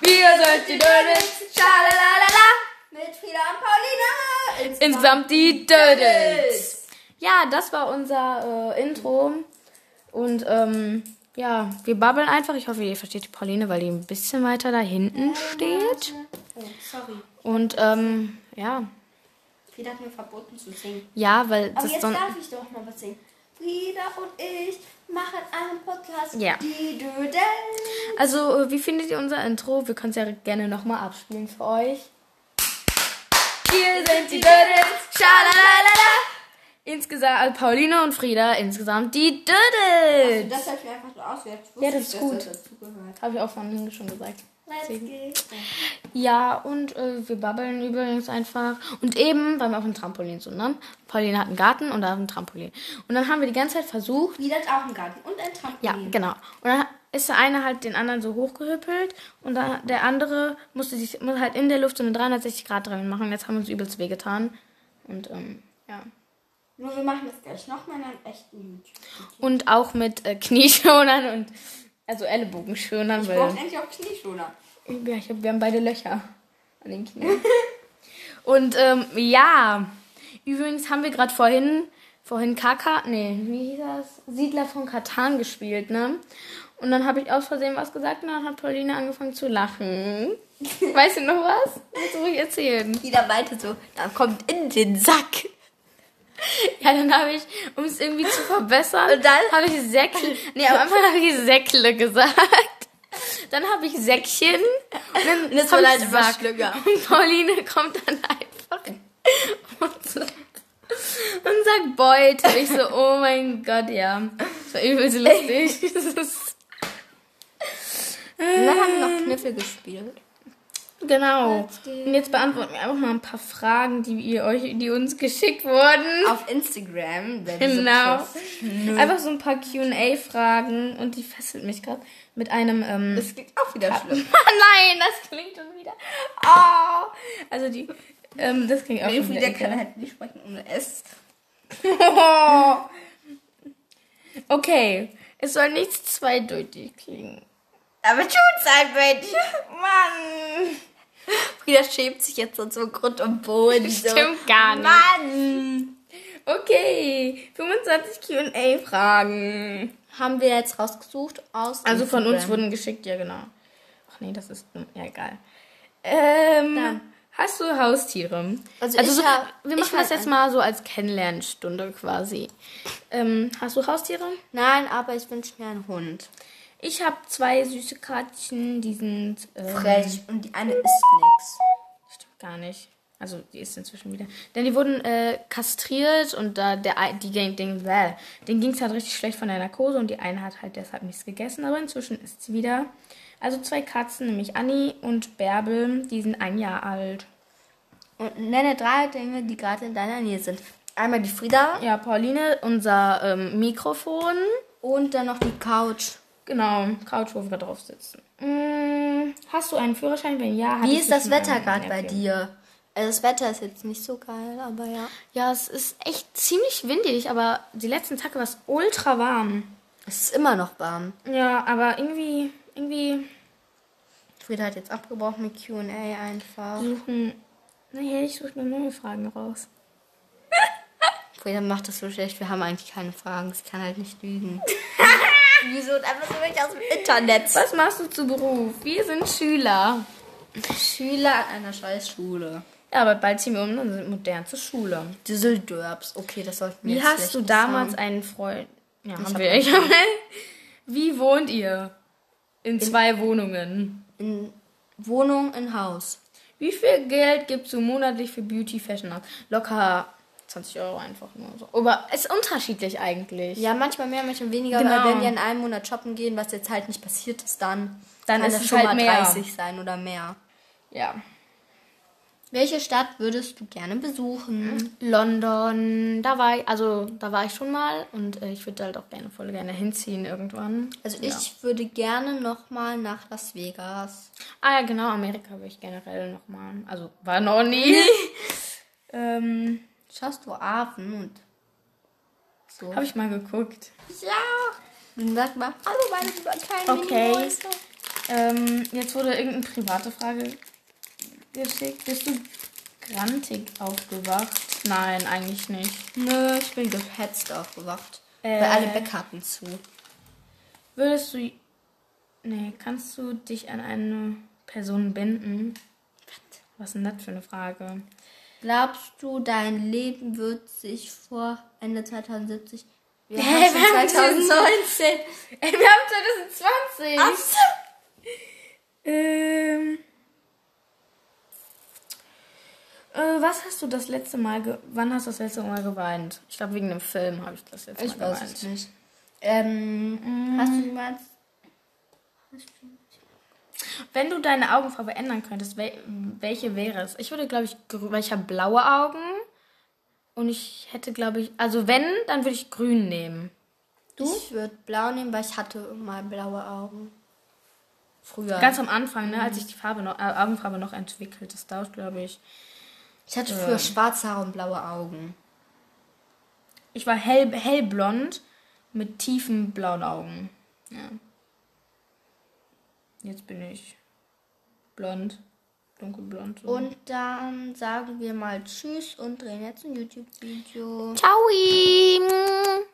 Wir sind die Dödels. Schalalala. Mit Frieda und Paulina. Insgesamt die Dödels. Ja, das war unser äh, Intro. Und ähm, ja, wir babbeln einfach. Ich hoffe, ihr versteht die Pauline, weil die ein bisschen weiter da hinten steht. Oh, sorry. Und ähm, ja. Frieda hat mir verboten zu singen. Ja, weil Aber das jetzt so darf ich doch mal was singen. Frieda und ich machen einen Podcast. Ja. Die Dödel. Also, äh, wie findet ihr unser Intro? Wir können es ja gerne nochmal abspielen für euch. Wir sind die Dödels. Schalalala. Insgesamt, also Pauline und Frieda, insgesamt die Dödels. Also, Das habe ich mir einfach so ausgehört. Ich wusste Ja, das nicht, ist dass gut. dazugehört. Habe ich auch vorhin schon gesagt. Let's go. Ja, und äh, wir babbeln übrigens einfach. Und eben waren wir auf dem Trampolin so, ne? Pauline hat einen Garten und da auf dem Trampolin. Und dann haben wir die ganze Zeit versucht. Frieda hat auch einen Garten und ein Ja, Trampolin. genau. Und dann ist der eine halt den anderen so hochgehüppelt und dann der andere musste sich muss halt in der Luft so eine 360 Grad drin machen. Jetzt haben wir uns übelst wehgetan. Und ähm, ja. Nur wir machen das gleich nochmal in einem echten YouTube. Und auch mit äh, Knieschonern und also Ellenbogenschonern. Ich weil- brauche endlich auch Knieschoner. Ja, ich hab, wir haben beide Löcher an den Knien. Und ähm, ja, übrigens haben wir gerade vorhin, vorhin Kaka, nee, wie hieß das? Siedler von Katan gespielt, ne? Und dann habe ich aus Versehen was gesagt und dann hat Pauline angefangen zu lachen. Weißt du noch was? Willst du ruhig erzählen? Frieda meinte so, dann kommt in den Sack. Ja, dann habe ich, um es irgendwie zu verbessern, habe ich Säckchen, nee, am Anfang habe ich Säckle gesagt. Dann habe ich Säckchen. Und dann hab Das war ich leider was Sack. schlimmer. Und Pauline kommt dann einfach und sagt, und sagt Beut. Und ich so, oh mein Gott, ja. Das war übelst lustig. Das ist- Und dann haben wir noch Kniffel gespielt. genau. Let's go. Und jetzt beantworten wir einfach mal ein paar Fragen, die ihr euch, die uns geschickt wurden. Auf Instagram. wenn ihr so Genau. Tipps- Einfach so ein paar QA-Fragen und die fesselt mich gerade mit einem. Ähm, Ah, Das klingt auch wieder schlimm. Nein, das klingt schon wieder. Oh. Also die. Ähm, das klingt auch schon Frieda wieder. kann ekelhaft. halt nicht sprechen ohne S. Okay. Es soll nichts zweideutig klingen. Aber halt tut's einfach. Mann. Frieda schämt sich jetzt so zum Grund und Boden. So. Stimmt gar nicht. Mann. Okay. 25 QA-Fragen. Haben wir jetzt rausgesucht aus Also von uns Instagram. wurden geschickt, ja genau. Ach nee, das ist ja egal. Ähm, Ja. Hast du Haustiere? Also Also ich so, hab- wir ich machen das mein- jetzt mal so als Kennenlernstunde quasi. Ähm, hast du Haustiere? Nein, aber ich wünsche mir einen Hund. Ich habe zwei süße Katzen, die sind äh, ähm, Frech. Und die eine isst nix. Stimmt gar nicht. Also die ist inzwischen wieder. Denn die wurden äh, kastriert und da der ei- die ging den bäh, denen ging es halt richtig schlecht von der Narkose und die eine hat halt deshalb nichts gegessen, aber inzwischen ist sie wieder. Also zwei Katzen, nämlich Anni und Bärbel, die sind ein Jahr alt. Und nenne drei Dinge, die gerade in deiner Nähe sind. Einmal die Frieda Ja, Pauline, unser ähm, Mikrofon. und dann noch die Couch. Genau, Couch, wo wir drauf sitzen. Mm, hast du einen Führerschein? Wenn ja, hatte Wie ich ist dir das schon mal Wetter gerade bei erzählt. dir? Also das Wetter ist jetzt nicht so geil, aber ja. Ja, es ist echt ziemlich windig, aber die letzten Tage war es ultra warm. Es ist immer noch warm. Ja, aber irgendwie, irgendwie Frieda hat jetzt abgebrochen mit QA einfach. suchen. Nee, ich suche nur neue Fragen raus. Frieda macht das so schlecht, wir haben eigentlich keine Fragen. Sie kann halt nicht lügen. Wieso? Einfach so wirklich aus dem Internet. Was machst du zu Beruf? Wir sind Schüler. Schüler an einer scheiß Schule. Ja, aber bald ziehen wir um und sind modern zur Schule. Düsseldorps. Okay, das sollten wir Wie jetzt hast du vielleicht nicht damals sagen. einen Freund? Ja, haben hab wir echt. Wie wohnt ihr? In zwei Wohnungen. In Wohnung, in Haus. Wie viel Geld gibst du monatlich für Beauty Fashion aus? Locker 20 Euro einfach nur so. Aber ist unterschiedlich eigentlich. Ja, manchmal mehr, manchmal weniger. Genau. Weil wenn wir in einem Monat shoppen gehen, was jetzt halt nicht passiert ist, dann, Dann kann ist das es schon halt mal mehr. 30 sein oder mehr. ja. Welche Stadt würdest du gerne Hm. besuchen? London, da war ich, also da war ich schon mal und äh, ich würde halt auch gerne voll gerne hinziehen irgendwann. Also ja. ich würde gerne nochmal nach Las Vegas. Ah ja, genau, Amerika würde ich generell nochmal. Also war noch nie. ähm, Schaust du Affen und so. Habe ich mal geguckt. ja. Dann sag mal, hallo meine lieber kleinen Okay. Mini-Mäuse. Ähm, jetzt wurde irgendeine private Frage geschickt. Bist du grantig aufgewacht? Nein, eigentlich nicht. Nö, ich bin gehetzt aufgewacht. Äh. Weil alle Bäcker hatten zu. Würdest du. Nee, kannst du dich an eine Person binden? Was ist denn das für eine Frage? Glaubst du, dein Leben wird sich vor Ende 2070... Wir Hä, haben wir haben schon 2019. Ey, wir haben 2020! Ach so. Ähm. Äh, was hast du das letzte Mal ge Wann hast du das letzte Mal geweint? Ich glaube, wegen dem Film habe ich das letzte Ich Mal Mhm. weiß geweint. es nicht. Ähm, hast du jemals... Wenn du deine Augenfarbe ändern könntest, wel welche wäre es? Ich würde, glaube ich, grü- weil ich habe blaue Augen. Und ich hätte, glaube ich, also wenn, dann würde ich grün nehmen. Du? Ich würde blau nehmen, weil ich hatte mal blaue Augen. Früher. Ganz am Anfang, ne, als ich die Farbe noch, äh, Augenfarbe noch entwickelt, das dauert, glaube ich. ich hatte früher schwarze Haare und blaue Augen. Ich war hell, hellblond mit tiefen blauen Augen. Ja. Jetzt bin ich blond, dunkelblond. So. Und dann sagen wir mal Tschüss und drehen jetzt ein YouTube-Video. ciao!